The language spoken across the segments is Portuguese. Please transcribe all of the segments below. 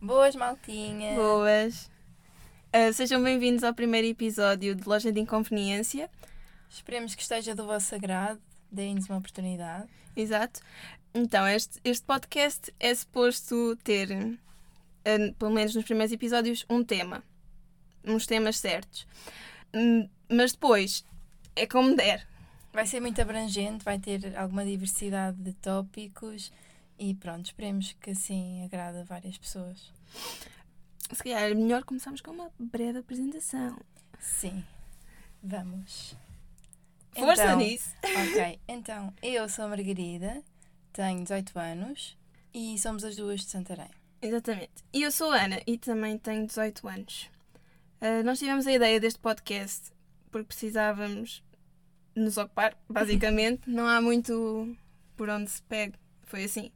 Boas, maltinha. Boas. Ah, sejam bem-vindos ao primeiro episódio de Loja de Inconveniência. Esperemos que esteja do vosso agrado. Deem-nos uma oportunidade. Exato. Então, este, este podcast é suposto ter, ah, pelo menos nos primeiros episódios, um tema. Uns temas certos. Hum, Mas depois, é como der. Vai ser muito abrangente, vai ter alguma diversidade de tópicos e pronto, esperemos que assim agrade a várias pessoas. Se calhar é melhor começarmos com uma breve apresentação. Sim, vamos. Força Então, nisso! Ok, então eu sou a Margarida, tenho 18 anos e somos as duas de Santarém. Exatamente. E eu sou a Ana e também tenho 18 anos. Ah, nós tivemos a ideia deste podcast porque precisávamos nos ocupar, basicamente. Não há muito por onde se pegue. Foi assim.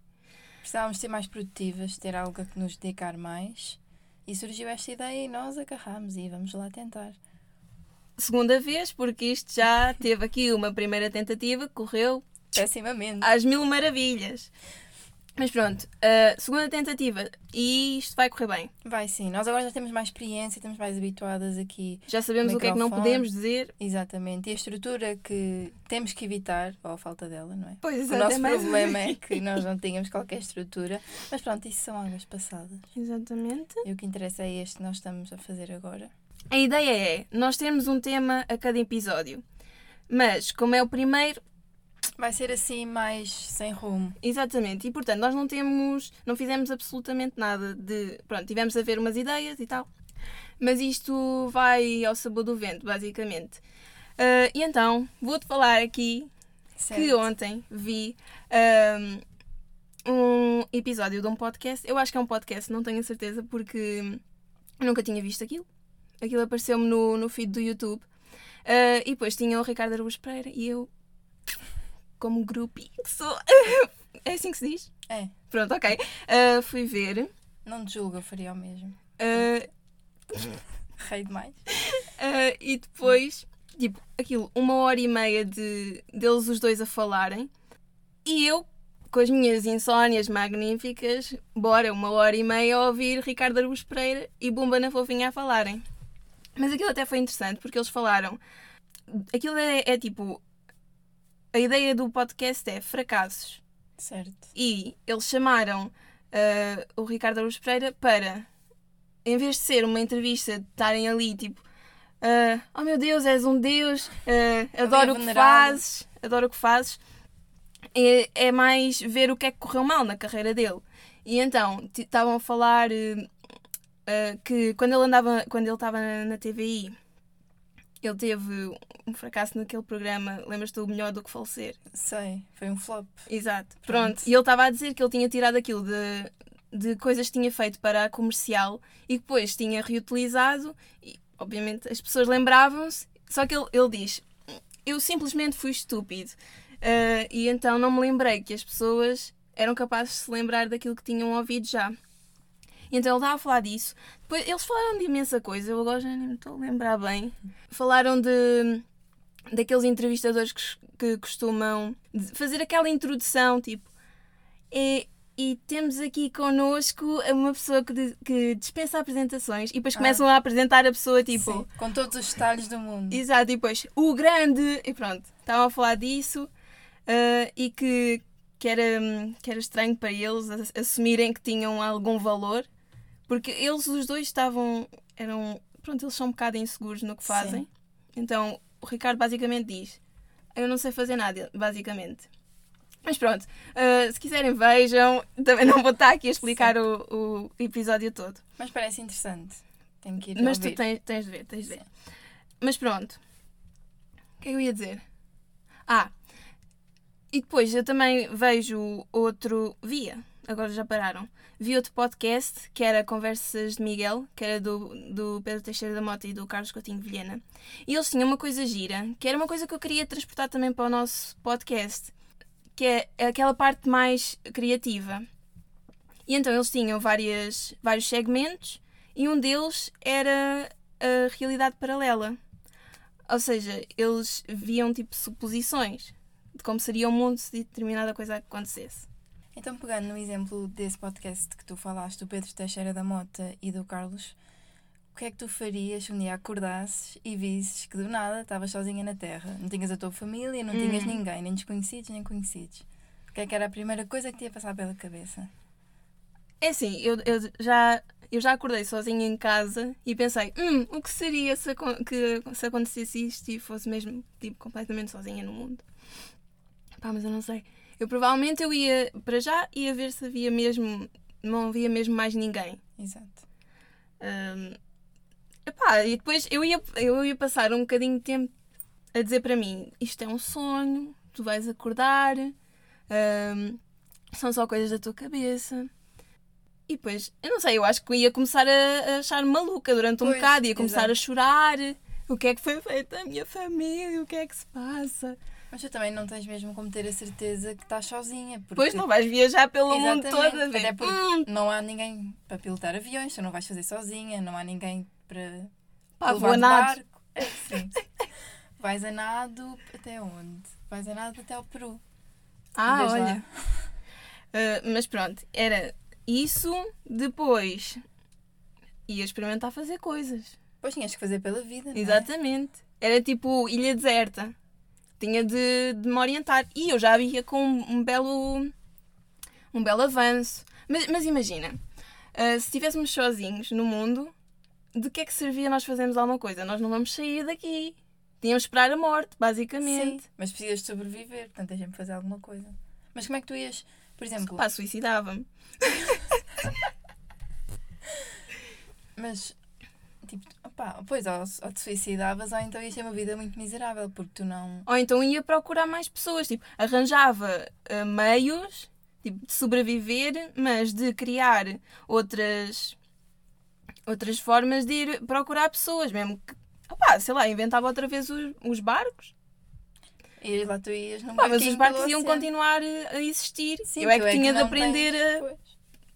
Precisávamos ser mais produtivas, ter algo a que nos dedicar mais e surgiu esta ideia e nós agarramos e vamos lá tentar. Segunda vez, porque isto já teve aqui uma primeira tentativa que correu Pessimamente. às mil maravilhas. Mas pronto, ah, segunda tentativa e isto vai correr bem. Vai sim, nós agora já temos mais experiência, estamos mais habituadas aqui. Já sabemos o que é que não Microfone. podemos dizer. Exatamente. E a estrutura que temos que evitar, ou a falta dela, não é? Pois O nosso problema é que nós não tínhamos qualquer estrutura. Mas pronto, isso são águas passadas. Exatamente. E o que interessa é este que nós estamos a fazer agora. A ideia é nós termos um tema a cada episódio, mas como é o primeiro, Vai ser assim mais sem rumo. exatamente, e portanto nós não temos, não fizemos absolutamente nada de. Pronto, tivemos a ver umas ideias e tal, mas isto vai ao sabor do vento, basicamente. Ah, e então, vou-te falar aqui que Certo. ontem vi ahm, um, episódio de um podcast. Eu acho que é um podcast, não tenho a certeza, porque nunca tinha visto aquilo. Aquilo apareceu-me no, no feed do YouTube. Ah, e depois tinha o Ricardo Araújo Pereira e eu, como grupi, que sou. é assim que se diz? É, Pronto, ok. Ah, fui ver. não te julgo, eu faria o mesmo. ah, Rei demais. Ah, e depois, tipo, aquilo, uma hora e meia de deles os dois a falarem. E eu, com as minhas insónias magníficas, bora, uma hora e meia a ouvir Ricardo Arbus Pereira e Bumba na Fofinha a falarem. Mas aquilo até foi interessante porque eles falaram. Aquilo é, é tipo. A ideia do podcast é fracassos. Certo. E eles chamaram ah, o Ricardo Araújo Pereira para, em vez de ser uma entrevista, de estarem ali tipo: ah, Oh meu Deus, és um Deus, ah, adoro o que vulnerável. fazes, adoro o que fazes. É, é mais ver o que é que correu mal na carreira dele. E então ti- estavam a falar eh, ah, que quando ele andava, quando ele estava na, na TVI, ele teve um fracasso naquele programa, lembras-te do melhor do que falecer? Sei, foi um flop. Exato. Pronto. Pronto. E ele estava a dizer que ele tinha tirado aquilo de, de coisas que tinha feito para a comercial e que depois tinha reutilizado e, obviamente, as pessoas lembravam-se. Só que ele, ele diz: Eu simplesmente fui estúpido. Ah, e então não me lembrei que as pessoas eram capazes de se lembrar daquilo que tinham ouvido já. E Então ele estava a falar disso. Depois, eles falaram de imensa coisa, eu agora já nem me estou a lembrar bem. Falaram de daqueles entrevistadores que, que costumam fazer aquela introdução, tipo, e, e temos aqui connosco uma pessoa que, de- que dispensa apresentações e depois começam a apresentar a pessoa, tipo, Sim, com todos os detalhes do mundo. exato, e depois o grande, e pronto, estavam a falar disso ah, e que, que, era, hum, que era estranho para eles a- assumirem que tinham algum valor, porque eles os dois estavam, eram, pronto, eles são um bocado inseguros no que Sim. fazem. Então o Ricardo basicamente diz: Eu não sei fazer nada, basicamente. Mas pronto, ah, se quiserem vejam, também não vou estar aqui a explicar o, o episódio todo. Mas parece interessante. Tenho que ir Mas ouvir. tu tens, tens de ver, tens de ver. Mas pronto. O que é que eu ia dizer? Ah, e depois eu também vejo outro. Via, agora já pararam. Vi outro podcast que era Conversas de Miguel, que era do, do Pedro Teixeira da Mota e do Carlos Coutinho de Vilhena. E eles tinham uma coisa gira, que era uma coisa que eu queria transportar também para o nosso podcast, que é aquela parte mais criativa. E então eles tinham várias, vários segmentos e um deles era a realidade paralela. Ou seja, eles viam tipo suposições de como seria o mundo se determinada coisa acontecesse. Então, pegando no exemplo desse podcast que tu falaste, do Pedro Teixeira da Mota e do Carlos, o que é que tu farias se um dia acordasses e visses que do nada estavas sozinha na Terra? Não tinhas a tua família, não tinhas ninguém, nem desconhecidos, nem conhecidos. O que é que era a primeira coisa que te ia passar pela cabeça? É assim, eu, eu já, eu já acordei sozinha em casa e pensei, hum, o que seria se, acon- que- se acontecesse isto e fosse mesmo, tipo, completamente sozinha no mundo? Pá, mas eu não sei. Eu provavelmente eu ia, para já, ia ver se havia mesmo, não havia mesmo mais ninguém. Exato. Hum, epá, e depois eu ia, eu ia passar um bocadinho de tempo a dizer para mim: isto é um sonho, tu vais acordar, hum, são só coisas da tua cabeça. E depois, eu não sei, eu acho que ia começar a, a achar maluca durante um Pois, bocado, ia começar exato. a chorar. O que é que foi feito à minha família? O que é que se passa? Mas tu também não tens mesmo como ter a certeza que estás sozinha. Porque Depois não vais viajar pelo mundo Exatamente. todo a ver. Até porque "Hum, não há ninguém para pilotar aviões, tu não vais fazer sozinha, não há ninguém para pá, levar vou a de nada. barco. É, sim. Vais a nado até onde? Vais a nado até ao Peru. Ah, Vês lá. olha. Uh, mas pronto, era isso. Depois ia experimentar fazer coisas. Depois tinhas que fazer pela vida, não é? Exatamente. Era tipo ilha deserta. Tinha de, de me orientar. E eu já ia com um, um belo. um belo avanço. Mas, mas imagina, uh, se estivéssemos sozinhos no mundo, de que é que servia nós fazermos alguma coisa? Nós não vamos sair daqui. Tínhamos de esperar a morte, Sim, basicamente. mas precisas de sobreviver, portanto tens de fazer alguma coisa. Mas como é que tu ias, por exemplo, Pá, suicidava-me. mas tipo, opá, pois ou, ou te suicidavas ou então ias ter uma vida muito miserável porque tu não. Ou então ia procurar mais pessoas, tipo, arranjava eh, meios tipo, de sobreviver, mas de criar outras outras formas de ir procurar pessoas, mesmo que opá, sei lá, inventava outra vez os, os barcos. E lá tu ias num Pá, mas barquinho os barcos pelo iam oceano. continuar eh, a existir. Sim, eu é tu que tinha de não aprender tens, a pois.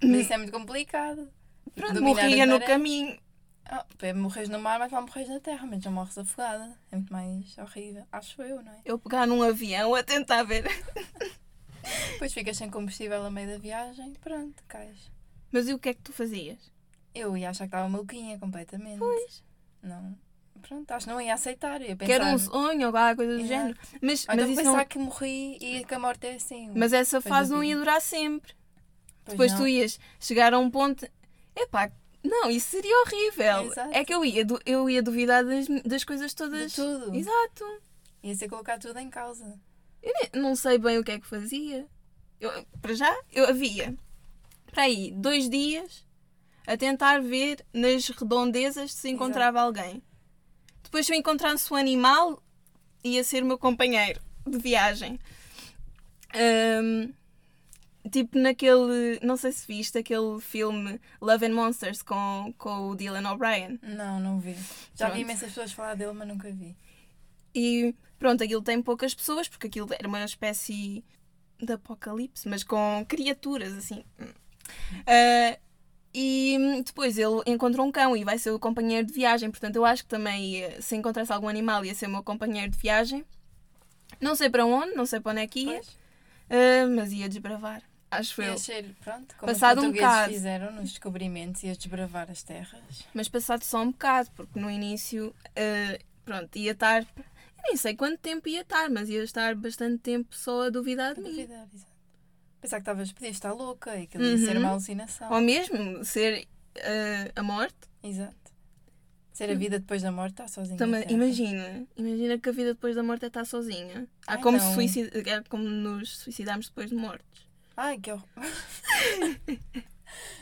Mas isso é muito complicado. pronto, dominar as morria no marés. caminho. Ah, pá, morres no mar, mas lá morres na terra, mas não morres afogada. É muito mais horrível, acho eu, não é? Eu pegar num avião a tentar ver. Depois ficas sem combustível a meio da viagem, pronto, cais. Mas e o que é que tu fazias? Eu ia achar que estava maluquinha completamente. Pois. Não. Pronto, acho que não ia aceitar. Eu ia Que pensar. era um sonho ou alguma coisa do Exato. género. Ou Mas, mas, então isso pensar não, é- que morri e que a morte é assim. mas essa Pois fase eu não ia digo. durar sempre. Pois Depois não. tu ias chegar a um ponto. Epá, não, isso seria horrível. Exato. É que eu ia, du- eu ia duvidar das, das coisas De todas. tudo. Exato. Ia ser colocar tudo em causa. Eu nem- não sei bem o que é que fazia. Eu- para já, eu havia para aí dois dias a tentar ver nas redondezas se encontrava alguém. Depois, se eu encontrasse um animal, ia ser o meu companheiro de viagem. Ahm, tipo naquele. Não sei se viste aquele filme Love and Monsters com, com o Dylan O'Brien. Não, não vi. Já Pronto. vi imensas pessoas falar dele, mas nunca vi. E pronto, aquilo tem poucas pessoas, porque aquilo era uma espécie de apocalipse, mas com criaturas assim. Ah, e hum, depois ele encontrou um cão e vai ser o companheiro de viagem, portanto eu acho que também ia- se encontrasse algum animal ia ser o meu companheiro de viagem. Não sei para onde, não sei para onde é que ia, Pois, ah, mas ia desbravar. Acho eu. ia ser, pronto, como Passado um os portugueses bocado. fizeram nos descobrimentos, ias desbravar as terras. Mas passado só um bocado, porque no início, eh, pronto, ia estar. eu nem sei quanto tempo ia estar, mas ia estar bastante tempo só a duvidar de Para mim. duvidar, exato. Pensar que estavas, podias estar louca e aquilo ia ser Uhum. uma alucinação. Ou mesmo ser eh, a morte. Exato. Ser a vida depois da morte, está sozinha. na Também, terra. imagina, imagina que a vida depois da morte é estar sozinha. Há Ai, como, não. suicid... é como nos suicidarmos depois de mortos. Ai, que horror.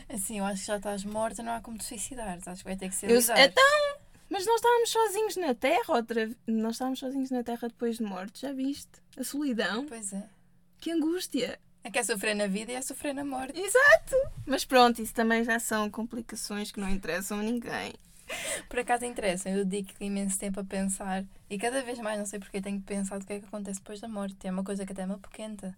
assim, eu acho que já estás morta, não há como te suicidares. Acho que vai ter que ser. Eu- ligar. então, mas nós estávamos sozinhos na Terra outra vez. Nós estávamos sozinhos na Terra depois de mortos, já viste? A solidão, Pois é. que angústia. É que é sofrer na vida e é sofrer na morte. Exato! Mas pronto, isso também já são complicações que não interessam a ninguém. Por acaso interessa, eu dedico imenso tempo a pensar e cada vez mais, não sei porque, tenho que pensar do que é que acontece depois da morte. É uma coisa que até me apoquenta.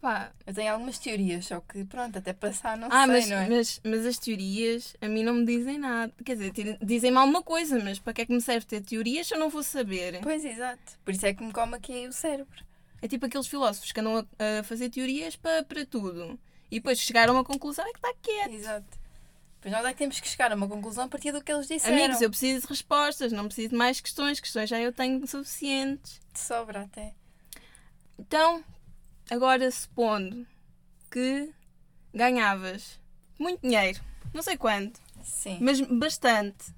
Pá, Eu tenho algumas teorias, só que pronto, até passar não ah, sei, mas, não é? mas, mas as teorias a mim não me dizem nada. Quer dizer, te- dizem-me alguma coisa, mas para que é que me serve ter teorias se eu não vou saber? Pois, exato. Por isso é que me come aqui o cérebro. É tipo aqueles filósofos que andam a, a fazer teorias para, para tudo. E depois chegaram a uma conclusão é que está quieto. Exato. Pois nós é que temos que chegar a uma conclusão a partir do que eles disseram. Amigos, eu preciso de respostas, não preciso de mais questões, questões já eu tenho suficientes. De sobra até. Então, agora supondo que ganhavas muito dinheiro, não sei quanto, Sim. mas bastante,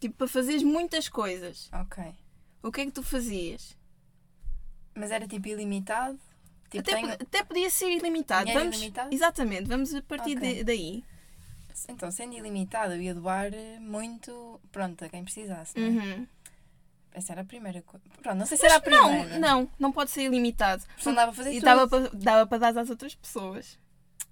tipo para fazeres muitas coisas, Ok. o que é que tu fazias? Mas era tipo ilimitado? Tipo, até, tenho- po- até podia ser ilimitado. Dinheiro Vamos, ilimitado? Exatamente, vamos a partir Ok. de- daí. Então, sendo ilimitado, eu ia doar eh, muito, pronto, a quem precisasse. não é? Uhum. Essa era a primeira coisa. Pronto, não sei se Mas era a primeira. não, não, não pode ser ilimitado. Porque não dava para fazer E tudo. dava para, dava para dar às outras pessoas.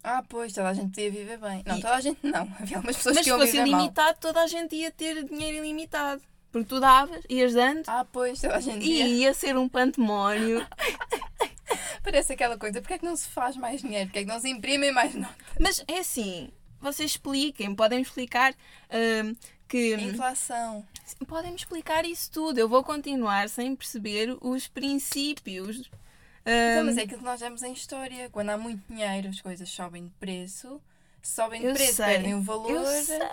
Ah, pois, toda a gente podia viver bem. Não, E- toda a gente não. Havia algumas pessoas Mas que se iam fosse viver mal. ilimitado, toda a gente ia ter dinheiro ilimitado. Porque tu davas, ias dando Ah, pois, toda a gente ia. e ia ser um pandemónio. Parece aquela coisa, porque é que não se faz mais dinheiro? Porque é que não se imprimem mais nota? Mas é assim, vocês expliquem, podem explicar hum, que. Inflação. Podem explicar isso tudo. Eu vou continuar sem perceber os princípios. Então, hum, mas é aquilo que nós vemos em história. Quando há muito dinheiro, as coisas sobem de preço. Se Sobem de Eu preço, sei. perdem o valor. Eu sei, tá.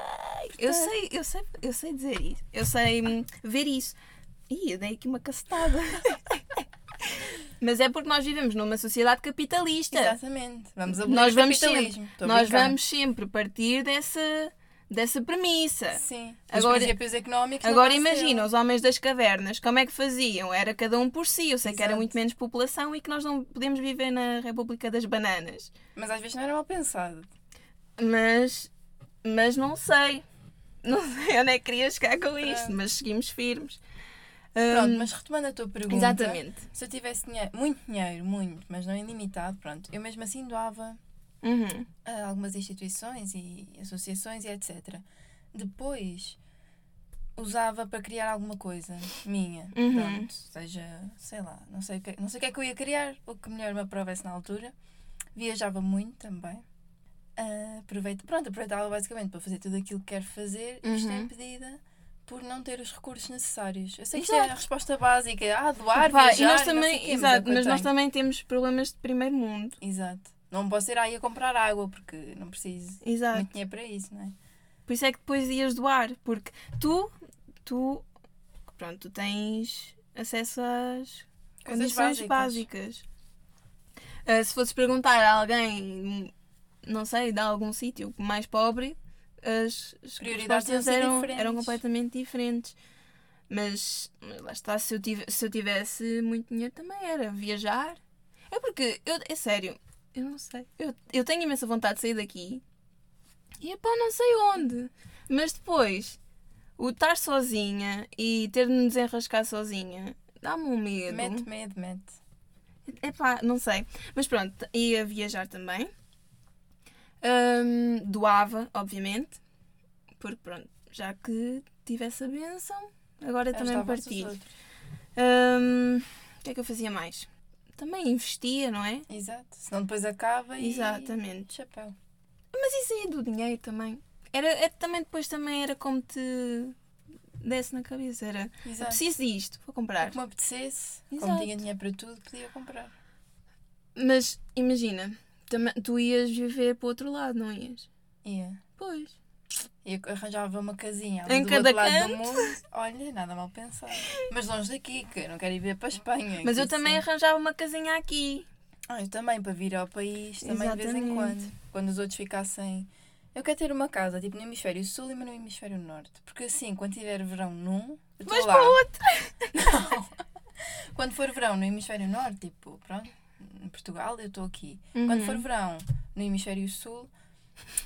eu sei, eu sei, eu sei dizer isso, eu sei hum, ver isso. Ih, eu dei aqui uma cacetada. Mas é porque nós vivemos numa sociedade capitalista. Exatamente. Vamos abolir Nós o vamos capitalismo. sempre, Estou a nós brincar. vamos sempre partir dessa, dessa premissa. Sim. Agora- Agora, os princípios económicos não Agora nasceram. imagina, os homens das cavernas, como é que faziam? Era cada um por si, eu sei que era Exato. muito menos população e que nós não podemos viver na República das Bananas. Mas às vezes não era mal pensado. Mas, mas não sei. Não sei onde é que queria chegar com isto, mas seguimos firmes. Pronto, mas retomando a tua pergunta. Hum. Exatamente. Se eu tivesse dinheiro, muito dinheiro, muito, mas não ilimitado, pronto. Eu mesmo assim doava Uhum. a algumas instituições e associações e etc. Depois usava para criar alguma coisa minha, Uhum. pronto, seja, sei lá, não sei, o que, não sei o que é que eu ia criar, o que melhor me aprovesse na altura. Viajava muito também. Ah, aproveita, pronto, aproveitava basicamente para fazer tudo aquilo que quero fazer e estou Uhum. impedida por não ter os recursos necessários. Eu sei que isto é Exato. a resposta básica, ah, doar, Pá, viajar, e nós não sei o também, quê, mas é o exato, que eu mas nós tenho. também temos problemas de primeiro mundo. Exato. Não posso ir aí a comprar água porque não preciso Exato. muito dinheiro para isso, não é? Por isso é que depois ias doar, porque tu, tu, pronto, tu tens acesso às Coisas condições básicas. Ah, se fosse perguntar a alguém, não sei, de algum sítio mais pobre, as, as Prioridades iam respostas ser eram, diferentes. eram completamente diferentes. Mas, mas lá está, se eu, tive, se eu tivesse muito dinheiro também era viajar. É porque, eu, é sério, eu não sei. Eu, eu tenho imensa vontade de sair daqui e pá, não sei onde. Mas depois, o estar sozinha e ter de me desenrascar sozinha dá-me um medo. Mete, mete, mete. Epá, não sei. Mas pronto, ia viajar também. Ahm, doava, obviamente. Porque pronto, já que tive essa benção, agora também Ajudava-se os partilho. outros. Ahm, o que é que eu fazia mais? Também investia, não é? Exato. Senão depois acaba e. Exatamente. Chapéu. Mas isso aí é do dinheiro também. Era, é- também depois também era como te desce na cabeça. Era "Eu Exato. preciso disto, vou comprar. Como apetecesse, Exato. como tinha dinheiro para tudo, podia comprar. Mas imagina, também, tu ias viver para o outro lado, não ias? Ia. Pois. E eu arranjava uma casinha ali Em do cada outro lado canto. do mundo. Olha, nada mal pensado. Mas longe daqui, que eu não quero ir ver para a Espanha. Mas que eu isso- é também arranjava uma casinha aqui. Ah, eu também, para vir ao país, também de vez em Exatamente. quando. Quando os outros ficassem. Eu quero ter uma casa, tipo no hemisfério sul e no hemisfério norte. Porque assim, quando tiver verão num, eu estou Mas lá. para outro. Quando for verão no hemisfério norte, tipo, pronto, em Portugal, eu estou aqui. Uhum. Quando for verão no hemisfério sul,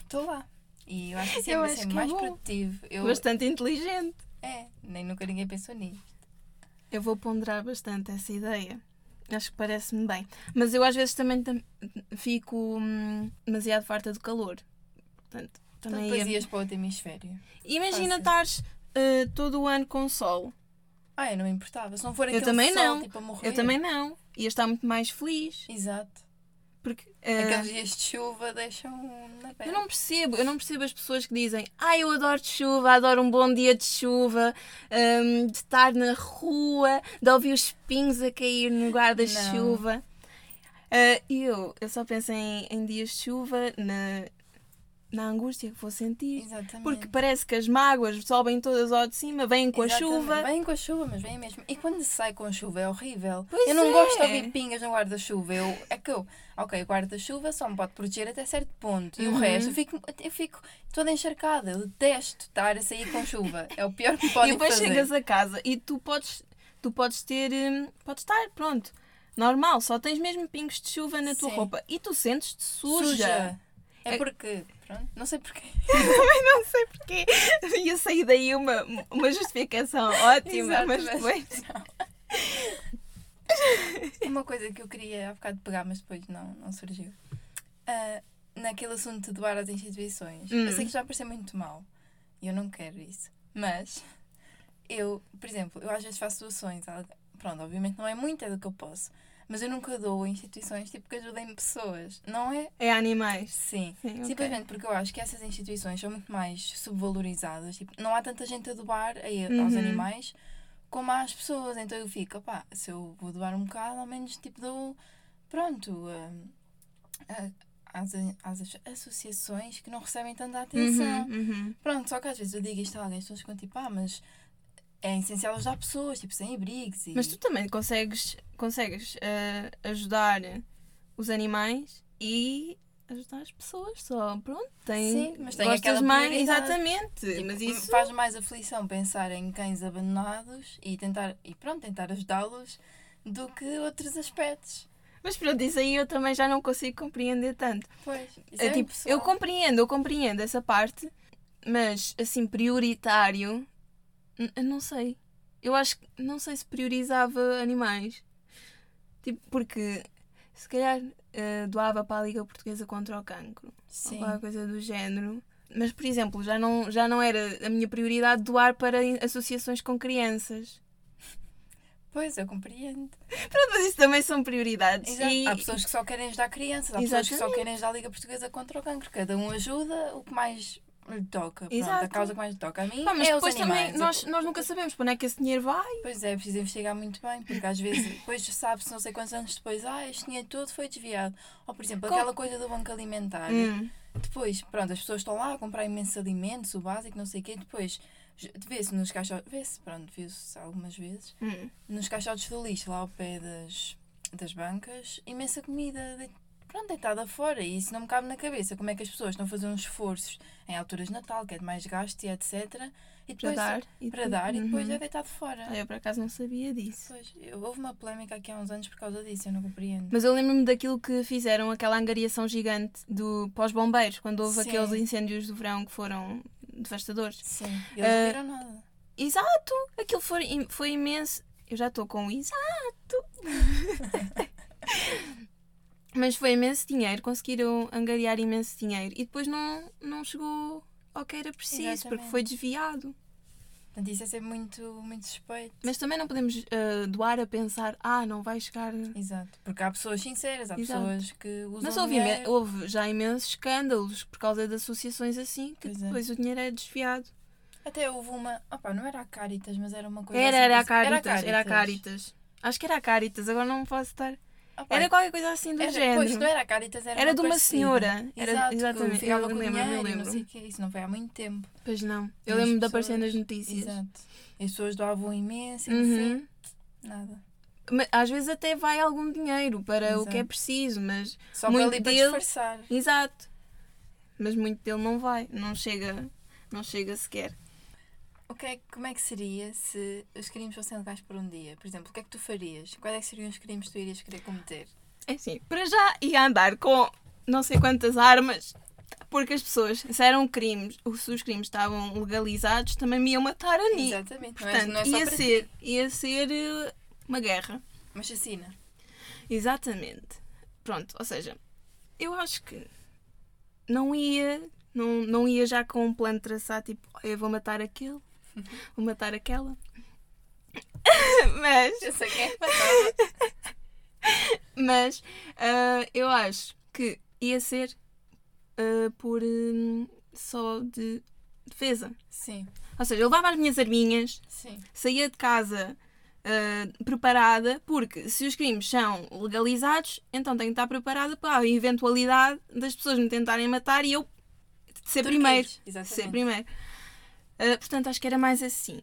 estou lá. E eu acho que assim Eu vai acho ser que é mais bom. produtivo. Eu, Bastante inteligente. É, nem nunca ninguém pensou nisso. Eu vou ponderar bastante essa ideia. Acho que parece-me bem. Mas eu às vezes também tam- fico hum, demasiado farta do calor. Portanto, Então também depois ia- ias para outro hemisfério. Fácil. Imagina estares eh, todo o ano com sol. Ah, eu não me importava. Se não for aquele também sol, não. tipo, a morrer. Eu também não. Ia estar muito mais feliz. Exato. Porque, eh, Aqueles dias de chuva deixam na pele. eu não percebo, eu não percebo as pessoas que dizem ah, eu adoro de chuva, adoro um bom dia de chuva, hum, de estar na rua, de ouvir os pinhos a cair no guarda-chuva. Ah, E eu, eu só penso em, em dias de chuva, na, na angústia que vou sentir. Exatamente. Porque parece que as mágoas sobem todas ao de cima, vêm com Exatamente. a chuva. Vem com a chuva, mas vem mesmo. E quando sai com chuva é horrível. Pois eu não é. gosto de ouvir pingas no guarda-chuva. Eu, é que eu, ok, o guarda-chuva só me pode proteger até certo ponto. E o Uhum. resto, eu fico, eu fico toda encharcada. Eu detesto estar a sair com chuva. É o pior que podem e depois fazer. chegas a casa e tu podes, tu podes ter. hum, Podes estar, pronto. Normal, só tens mesmo pingos de chuva na tua Sim. roupa e tu sentes-te suja. suja. É É- porque, pronto, não sei porquê. Não sei porquê. E eu saí daí uma, uma justificação ótima, Exato, mas mas- depois. Uma coisa que eu queria há bocado pegar, mas depois não, não surgiu. Ah, naquele assunto de doar às instituições. Hum. Eu sei que já pareceu muito mal. E eu não quero isso. Mas eu, por exemplo, eu às vezes faço doações. a- Pronto, obviamente não é muito, é do que eu posso. Mas eu nunca dou a instituições tipo que ajudem pessoas. Não é? É animais. Sim. Sim, ok. Simplesmente porque eu acho que essas instituições são muito mais subvalorizadas. Tipo, não há tanta gente a doar a, aos Uhum. animais como às pessoas. Então eu fico, opá, se eu vou doar um bocado, ao menos tipo dou, pronto, hum, a- às, às as- associações que não recebem tanta atenção. Uhum, uhum. Pronto, só que às vezes eu digo isto a alguém, as pessoas ficam tipo, ah, mas é essencial ajudar pessoas, tipo, sem abrigos e... Mas tu também consegues, consegues ah, ajudar os animais e ajudar as pessoas só. Pronto, tem, Sim, mas tem gostas aquela mais. prioridade. Exatamente. Tipo, mas isso faz mais aflição pensar em cães abandonados e tentar e pronto, tentar ajudá-los do que outros aspectos. Mas pronto, isso aí eu também já não consigo compreender tanto. Pois, isso É, é, tipo, impessoal. eu compreendo, eu compreendo essa parte, mas assim, prioritário, n- eu não sei. Eu acho que não sei se priorizava animais. Tipo, porque se calhar eh, doava para a Liga Portuguesa contra o Cancro, ou Sim. alguma coisa do género. Mas, por exemplo, já não, já não era a minha prioridade doar para em- associações com crianças. Pois, eu compreendo. Pronto, mas isso também são prioridades. Exato. Ah, E- Há pessoas que só querem ajudar crianças, há pessoas que só Exatamente. querem ajudar a Liga Portuguesa contra o cancro. Cada um ajuda o que mais lhe toca. Pronto, Exato. a causa que mais lhe toca. A mim Pá, mas é os depois animais. também nós, nós nunca sabemos para onde é que esse dinheiro vai. Pois é, preciso investigar muito bem, porque às vezes depois sabe-se não sei quantos anos depois, ah, este dinheiro todo foi desviado. Ou, por exemplo, Com- aquela coisa do banco alimentar. Depois, pronto, as pessoas estão lá a comprar imensos alimentos, o básico, não sei o quê. Depois, j- vê-se nos caixotes, vê-se, pronto, viu-se algumas vezes, Hum. nos caixotes do lixo, lá ao pé das, das bancas, imensa comida, de, pronto, deitada fora. E isso não me cabe na cabeça. Como é que as pessoas estão a fazer uns esforços em alturas de Natal, que é de mais gasto e etc. E Para depois, dar. e para dar e depois Uhum. é deitado fora. Ah, eu por acaso não sabia disso. Pois, eu- houve uma polémica aqui há uns anos por causa disso, eu não compreendo. Mas eu lembro-me daquilo que fizeram, aquela angariação gigante do pós-bombeiros, quando houve Sim. aqueles incêndios do verão que foram devastadores. Sim, eles não Eh, viram nada. Exato! Aquilo foi, im- foi imenso. Eu já estou com o exato! Mas foi imenso dinheiro, conseguiram angariar imenso dinheiro e depois não, não chegou ao que era preciso, porque Exatamente. foi desviado. Portanto, isso é sempre muito, muito suspeito. Mas também não podemos ah, doar a pensar, ah, não vai chegar. Exato, porque há pessoas sinceras, há Exato. pessoas que usam Mas houve, imen- dinheiro. houve já imensos escândalos por causa de associações assim que Pois é. depois o dinheiro é desviado. Até houve uma, opá, não era a Caritas, mas era uma coisa Era, assim, era a que se- Caritas, era a Caritas. Acho que era a Caritas, agora não posso estar. Opá, Era qualquer coisa assim do era- género. Pois, não era a Caritas, era, era de uma parecida. senhora. Era- Exato, que exatamente, ficava eu com lembro-me, eu dinheiro, e lembro-me. Não sei o quê. Isso não foi há muito tempo. Pois não. Mas Eu lembro de pessoas- aparecer nas notícias. Exato. E as pessoas doavam imenso e no Uhum. fim, nada. Mas às vezes até vai algum dinheiro para o que é Exato. preciso, mas. Só Muito para ali dele. para disfarçar. Exato. Mas muito dele não vai. Não chega. Não chega sequer. O que é, como é que seria se os crimes fossem legais por um dia? Por exemplo, o que é que tu farias? Quais é que seriam os crimes que tu irias querer cometer? É assim, para já ia andar com não sei quantas armas, porque as pessoas, se eram crimes, se os crimes estavam legalizados, também me iam matar a mim. Exatamente. não é- Portanto, não é só ia, para ti. ser, ia ser eh, uma guerra. Mas assassina. Exatamente. Pronto, ou seja, eu acho que não ia, não, não ia já com um plano traçado, tipo, "Olha, eu vou matar aquele, vou matar aquela. Mas Eu sei quem é que matava. Mas ah, eu acho que ia ser ah, por hum, só de defesa. Sim, Ou seja, eu levava as minhas arminhas, sim. saía de casa ah, preparada, porque se os crimes são legalizados, então tenho que estar preparada para a eventualidade das pessoas me tentarem matar e eu ser primeiro. Turquês, Exatamente. Ser primeiro. Ah, portanto, acho que era mais assim.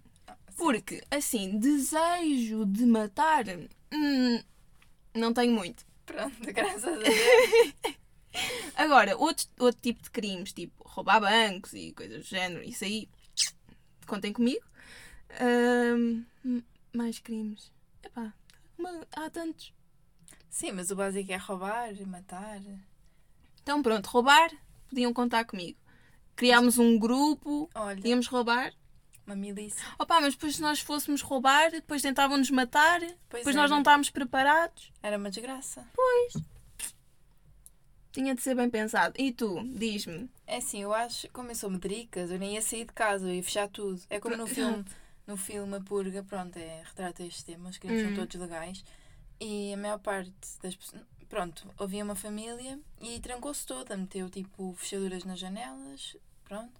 Porque, assim, desejo de matar, hum, não tenho muito. Pronto, graças a Deus. Agora, outro, outro tipo de crimes, tipo roubar bancos e coisas do género, isso aí, contem comigo. Ahm, hum, mais crimes. Epá, uma- há tantos. Sim, mas o básico é roubar, matar. Então, pronto, roubar, podiam contar comigo. Criámos um grupo, Olha, íamos roubar. uma milícia. Opa, mas depois se nós fôssemos roubar, depois tentavam-nos matar, Pois depois é. nós não tá- estávamos preparados. Era uma desgraça. Tinha de ser bem pensado. E tu, diz-me. É assim, eu acho, como eu sou medricas, eu nem ia sair de casa, eu ia fechar tudo. É como no Pronto. filme, no filme A Purga, pronto, é, retrata este tema, os crimes Hum. são todos legais. E a maior parte das pessoas, pronto, havia uma família e trancou-se toda, meteu tipo fechaduras nas janelas, pronto.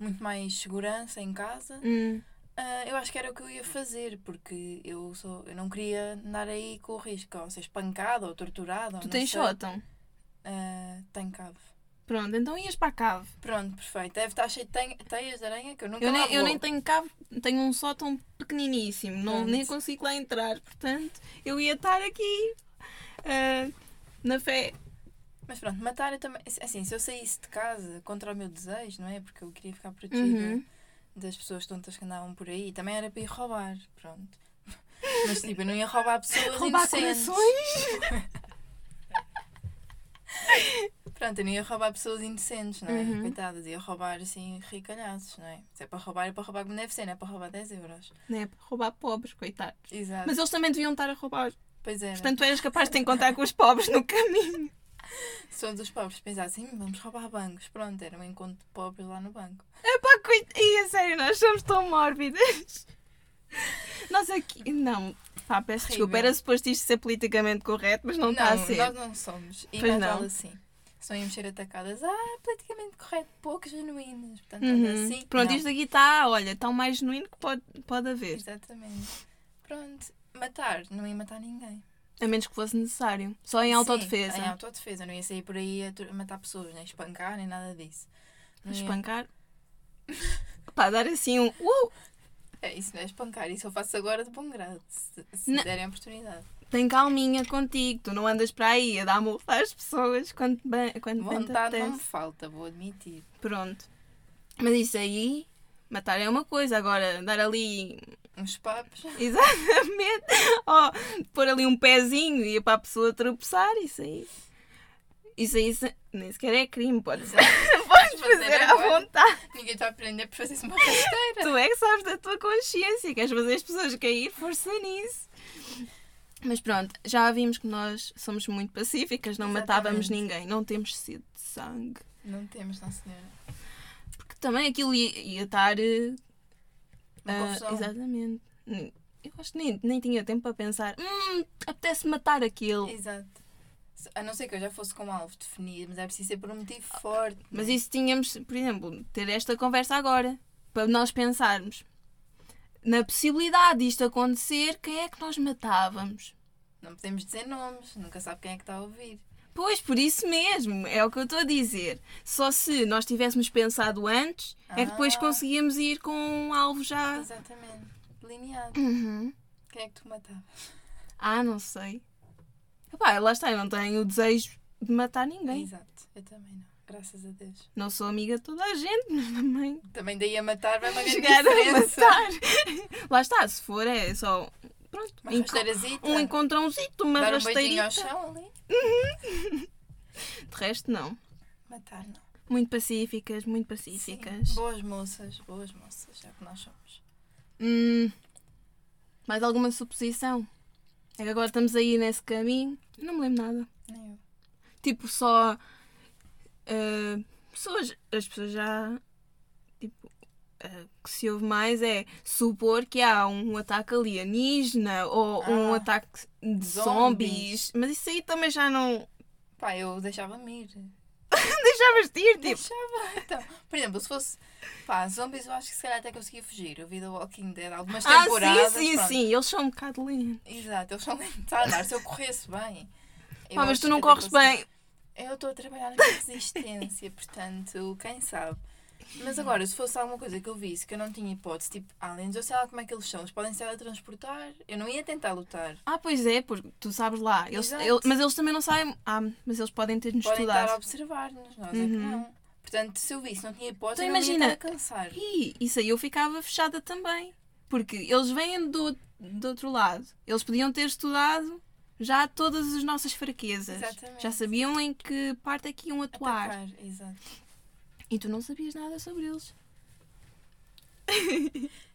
Muito mais segurança em casa. Hum, Ah, eu acho que era o que eu ia fazer, porque eu, sou, eu não queria andar aí com o risco, ou ser espancada ou torturada. ou tu não tens sei. sótão. Ah, tenho cabo. Pronto, então ias para a cave. Pronto, perfeito. Deve estar cheio de ten- teias de aranha que eu nunca Eu lá nem, eu vou. nem tenho cave, tenho um sótão pequeniníssimo. Não, Pronto. nem consigo lá entrar. Portanto, eu ia estar aqui ah, na fé. Mas pronto, matar eu também. Assim, se eu saísse de casa contra o meu desejo, não é? Porque eu queria ficar protegida Uhum. das pessoas tontas que andavam por aí. Também era para ir roubar, pronto. Mas tipo, eu não ia roubar pessoas Roubar inocentes. corações? Pronto, eu não ia roubar pessoas inocentes, não é? Uhum. Coitadas, ia roubar assim ricalhaços, não é? Se é para roubar, é para roubar como deve ser, não é para roubar 10 euros. Não é para roubar pobres, coitados. Exato. Mas eles também deviam estar a roubar. Pois era. Portanto, tu eras capaz de te encontrar com os pobres no caminho. Se todos os pobres pensassem, "Hum, vamos roubar bancos. Pronto, era um encontro de pobres lá no banco. Epá, coit... Ih, a sério, nós somos tão mórbidas. Nós aqui. Não, pá, peço Horrível. desculpa, era suposto isto ser politicamente correto, mas não está a ser. nós não somos. E Pois nós não. fala assim. Se não íamos ser atacadas, ah, politicamente correto, pouco genuínos. Portanto, Uhum. olha assim. Pronto, não. isto é aqui está, olha, tão mais genuíno que pode, pode haver. Exatamente. Pronto, matar, não ia matar ninguém. A menos que fosse necessário. Só em Sim, autodefesa. Em autodefesa, não ia sair por aí a tur- matar pessoas, nem espancar, nem nada disso. Não ia- Espancar. Pá, dar assim um. Uh, É, isso não é espancar, isso eu faço agora de bom grado, se, se Não. derem a oportunidade. tem calminha contigo, tu não andas para aí a dar multa às pessoas quando bem, quando bem te Vontade não apetece. me falta, vou admitir. Pronto. Mas isso aí, matar é uma coisa, agora dar ali. Uns papos. Exatamente. Oh, pôr ali um pezinho e ir para a pessoa tropeçar, isso aí. Isso aí se- nem sequer é crime, pode ser. Podes Fazer fazer à agora. vontade. Ninguém está a aprender por fazer-se uma rasteira. Tu é que sabes da tua consciência, queres fazer as pessoas cair, força nisso. Mas pronto, já vimos que nós somos muito pacíficas, não matávamos Exatamente. ninguém, não temos sede de sangue. Não temos, não senhora. Porque também aquilo ia, ia estar. eh, Uma ah, confusão. exatamente. Nem- Eu acho que nem, nem tinha tempo para pensar. Hum, apetece matar aquele. Exato. Se- A não ser que eu já fosse com um alvo definido, mas é preciso ser por um motivo forte. Mas isso tínhamos, por exemplo, ter esta conversa agora, para nós pensarmos na possibilidade disto acontecer, quem é que nós matávamos? Não podemos dizer nomes, nunca sabe quem é que está a ouvir. Pois, por isso mesmo, é o que eu estou a dizer. Só se nós tivéssemos pensado antes, é que depois Ah. conseguíamos ir com um alvo já. Exatamente. Delineado. Uhum. Quem é que tu matavas? Ah, não sei. Epá, lá está, eu não tenho o desejo de matar ninguém. Exato. Eu também não. Graças a Deus. Não sou amiga de toda a gente, mas também Também daí a matar vai uma grande chegar a É diferença. matar. Lá está, se for é só. Pronto, Uma enco- rasteirazita. um encontrãozito, uma Tá. Dar um beijinho rasteirita. ao chão ali. De resto, não. Matar não. Muito pacíficas, muito Sim. pacíficas. Boas moças, boas moças. É o que nós somos. Hum, mais alguma suposição? É que agora estamos aí nesse caminho. Não me lembro nada. Nem eu. Tipo, eh, só. ah, pessoas. As pessoas já. Tipo. ah, que se ouve mais é supor que há um ataque alienígena ou um Ah. ataque de Zombies. zombies. Mas isso aí também já não. Pá, eu deixava-me ir. Tipo, Deixavas de ir, tipo. Deixava, então. Por exemplo, se fosse. Pá, zombies, eu acho que se calhar até conseguia fugir. Eu vi The Walking Dead algumas Ah, temporadas. sim, sim, pronto. sim. Eles são um bocado lentos. Exato, eles são lentos a andar. Se eu corresse bem. eu Pá, mas acho tu não que até corres conseguia. bem. Eu estou a trabalhar na minha resistência, portanto, quem sabe. Mas agora, se fosse alguma coisa que eu visse que eu não tinha hipótese, tipo aliens, eu sei lá como é que eles são, eles podem se teletransportar, eu não ia tentar lutar. Ah, pois é, porque tu sabes lá. Eles, Exato. ele- mas eles também não sabem. Ah, mas eles podem ter-nos Podem estar a estudado. observar-nos, nós é que Uhum. não. Portanto, se eu visse, não tinha hipótese, Então eu não imagina- ia estar a cansar. Ih, isso aí eu ficava fechada também. Porque eles vêm do, do outro lado. Eles podiam ter estudado já todas as nossas fraquezas. Exatamente. Já sabiam em que parte é que iam atuar. Atacar, exato. E tu não sabias nada sobre eles.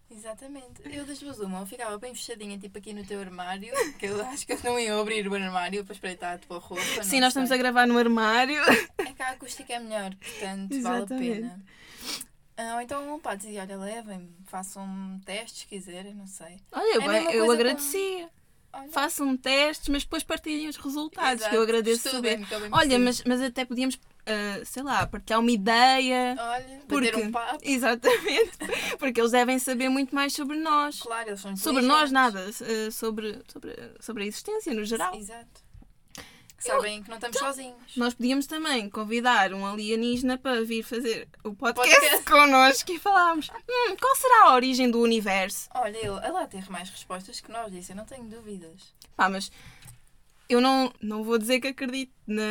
Exatamente. Eu das duas uma, eu ficava bem fechadinha, tipo aqui no teu armário, que eu acho que eles não iam abrir o armário para espreitar tipo, a tua roupa. Sim, nós estamos a gravar no armário. É que a acústica é melhor, portanto, vale a Exatamente. pena. Ah, ou então, pá, dizia, olha, levem-me, façam testes se quiserem, não sei. Olha, eu, É a bem- mesma eu coisa agradecia. Olha, Façam testes, mas depois partilhem os resultados, exato, que eu agradeço estudem, saber. que eu bem Olha, preciso. mas, mas até podíamos, ah, sei lá, partilhar uma ideia. Olha, Porque, bater um papo, exatamente, porque eles devem saber muito mais sobre nós. claro, eles são Sobre nós, inteligentes. nada. eh, Sobre, sobre, sobre a existência no geral. Exato. Sabem que não estamos sozinhos. Nós podíamos também convidar um alienígena para vir fazer o podcast, Podcast. connosco e falarmos: "Hum, qual será a origem do universo? Olha, ele, ele lá teve mais respostas que nós, disse, eu não tenho dúvidas. Pá, mas eu não, não vou dizer que acredito na,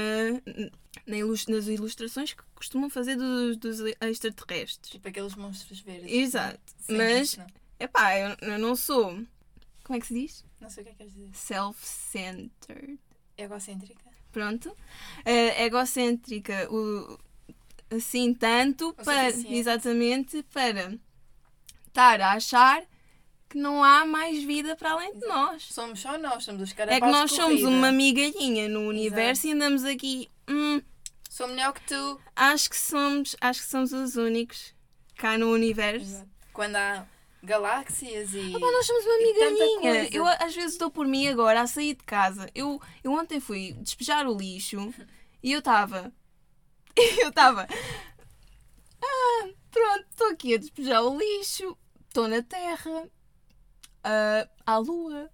na ilus- nas ilustrações que costumam fazer dos, dos extraterrestres. Tipo aqueles monstros verdes. Exato. Sim, mas, Não, é pá, eu, eu não sou. Como é que se diz? não sei o que é que queres dizer. É Self-centered. Egocêntrica? pronto, eh, egocêntrica o, assim tanto para suficiente. exatamente para estar a achar que não há mais vida para além de nós. Somos só nós, somos os caras É que nós somos uma migalhinha no universo e andamos aqui. Hum, Sou melhor que tu. acho que somos, acho que somos os únicos cá no universo. Exato. Quando há galáxias e. Pá, nós somos uma E tanta migalhinha. coisa. Eu a- às vezes dou por mim agora a sair de casa. Eu, eu ontem fui despejar o lixo e eu estava. Eu estava. Ah, pronto, estou aqui a despejar o lixo. Estou na Terra. ah, há a Lua.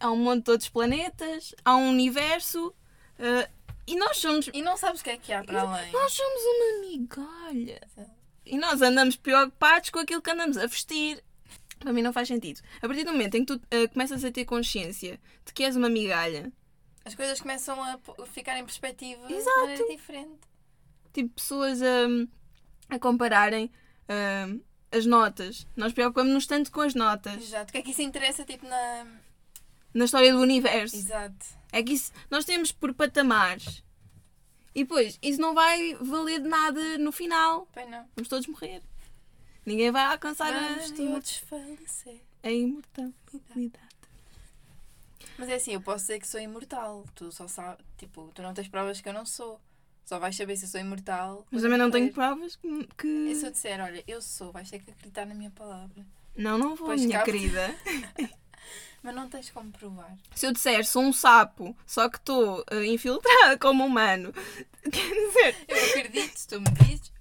Há um monte de outros planetas. Há um universo. ah, e nós somos. E não sabes o que é que há para além. Nós somos uma migalha. Sim. E nós andamos preocupados com aquilo que andamos a vestir. Para mim não faz sentido. A partir do momento em que tu eh, começas a ter consciência de que és uma migalha, As coisas começam a p- ficar em perspectiva Exato. de maneira diferente. tipo pessoas hum, a compararem hum, as notas. Nós preocupamos-nos tanto com as notas, Exato. O que é que isso interessa, tipo, na. na história do universo. Exato. É que isso, nós temos por patamares. E depois, isso não vai valer de nada no final. Bem, não. Vamos todos morrer. Ninguém vai alcançar Vamos a, imor- todos falecer. a imortalidade. Mas é assim, eu posso dizer que sou imortal. Tu só sabes. Tipo, tu não tens provas que eu não sou. Só vais saber se eu sou imortal. Mas também não tenho provas. provas que. que- E se eu disser, olha, eu sou, vais ter que acreditar na minha palavra. Não, não vou, Pois minha cabe. querida. Mas não tens como provar. Se eu disser sou um sapo, só que estou eh, infiltrada como humano, quer dizer. Eu acredito, se tu me dizes.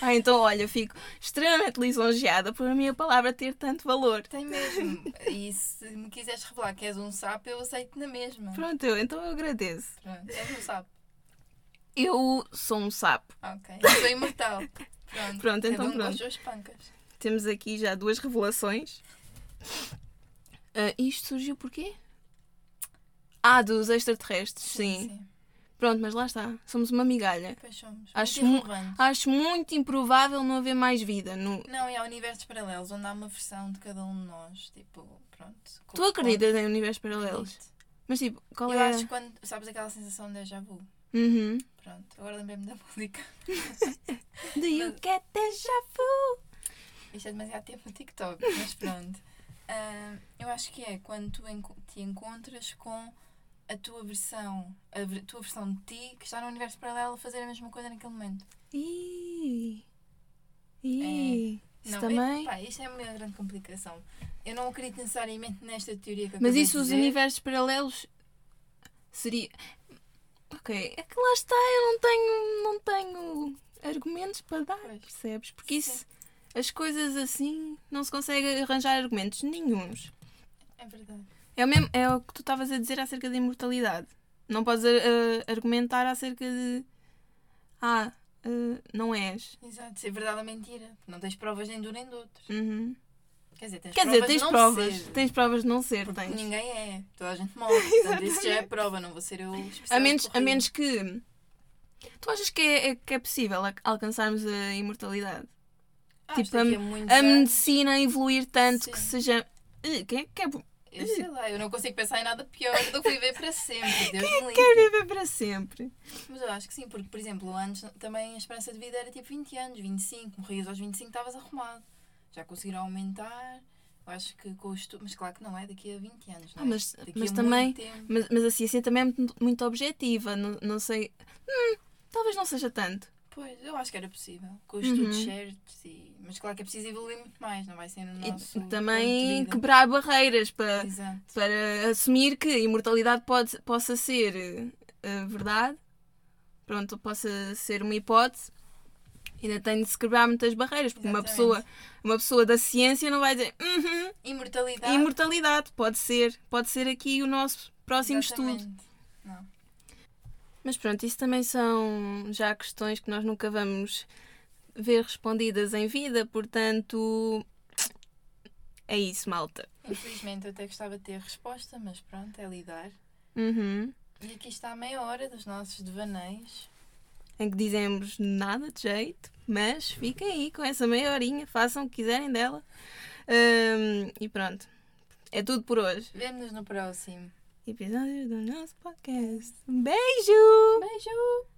Ah, então olha, fico extremamente lisonjeada por a minha palavra ter tanto valor. Tem mesmo. E se me quiseres revelar que és um sapo, eu aceito na mesma. Pronto, eu, então eu agradeço. Pronto, és um sapo. Eu sou um sapo. Ok. Eu sou imortal. Pronto. Pronto, Cada então um com pronto. as suas pancas. Temos aqui já duas revelações. Ah, isto surgiu porquê? Ah, dos extraterrestres, sim. Pronto, mas lá está. Somos uma migalha. Pois somos. Acho Muito mu- irrelevantes. Acho muito improvável não haver mais vida no, Não, e há universos paralelos onde há uma versão de cada um de nós. Tipo, pronto. Tu acreditas em universos paralelos? Acredito. Mas tipo, qual Eu é acho que quando. Sabes aquela sensação de déjà vu? Uhum. Pronto, agora lembrei-me da música. Do you get déjà vu? Isto é demasiado tempo no TikTok, mas pronto. Ah, eu acho que é quando tu enco- te encontras com a tua versão, a ver- tua versão de ti que está no universo paralelo a fazer a mesma coisa naquele momento. Ih! Ih! Isso É, Não, também. Eu, pá, isto é uma grande complicação. Eu não acredito necessariamente nesta teoria que Mas acabei isso, de os dizer. universos paralelos seria. Ok, é que lá está, eu não tenho, não tenho argumentos para dar, Pois. percebes? Porque Sim. isso, as coisas assim, não se consegue arranjar argumentos nenhums. É verdade. É o, mesmo, é o que tu estavas a dizer acerca da imortalidade. Não podes ah, argumentar acerca de. Ah, ah, não és. Exato. Se é verdade ou mentira. Não tens provas nem de um nem do outro. Uhum. Quer dizer, tens Quer provas dizer, tens de não provas. ser. Tens provas de não ser, Porque tens. Ninguém é. Toda a gente morre. Portanto, isso já é prova. Não vou ser eu especial A menos, a corrida. menos que. Tu achas que é, é- que é possível a- alcançarmos a imortalidade? Ah, tipo, isto aqui a- é muito A já- medicina evoluir tanto Sim. que seja. Ih, Quem é que quer quer Eu sei lá, eu não consigo pensar em nada pior do que viver para sempre. é Deus me livre. viver para sempre? Mas eu acho que sim, porque, por exemplo, antes também a esperança de vida era tipo 20 anos, 25. Morrias aos 25, estavas arrumado. Já conseguiram aumentar. Eu acho que com o estudo. Mas claro que não é daqui a 20 anos, não é? Ah, mas- Daqui mas a também- Muito tempo. Mas, mas a ciência também é muito, muito objetiva, não, não sei. Hum, talvez não seja tanto. Pois, eu acho que era possível. Com os Uhum. estudos certos. E... Mas claro que é preciso evoluir muito mais, não vai ser no E nosso. também ponto de vida. quebrar barreiras para, Exato. para assumir que a imortalidade pode, possa ser eh, verdade, pronto, possa ser uma hipótese. Ainda tem de se quebrar muitas barreiras, porque uma Exatamente. Tá." pessoa, uma pessoa da ciência não vai dizer "Uhum, Imortalidade. imortalidade, pode ser, pode ser aqui o nosso próximo estudo. Exatamente. Não. Mas pronto, isso também são já questões que nós nunca vamos ver respondidas em vida, portanto é isso, malta. Infelizmente eu até gostava de ter resposta, mas pronto, é lidar. Uhum. E aqui está a meia hora dos nossos devaneios. em que dizemos nada de jeito, mas fiquem aí com essa meia horinha, façam o que quiserem dela. Hum, e pronto. É tudo por hoje. Vemo-nos no próximo. Episódio do nosso podcast. Um beijo! Beijo!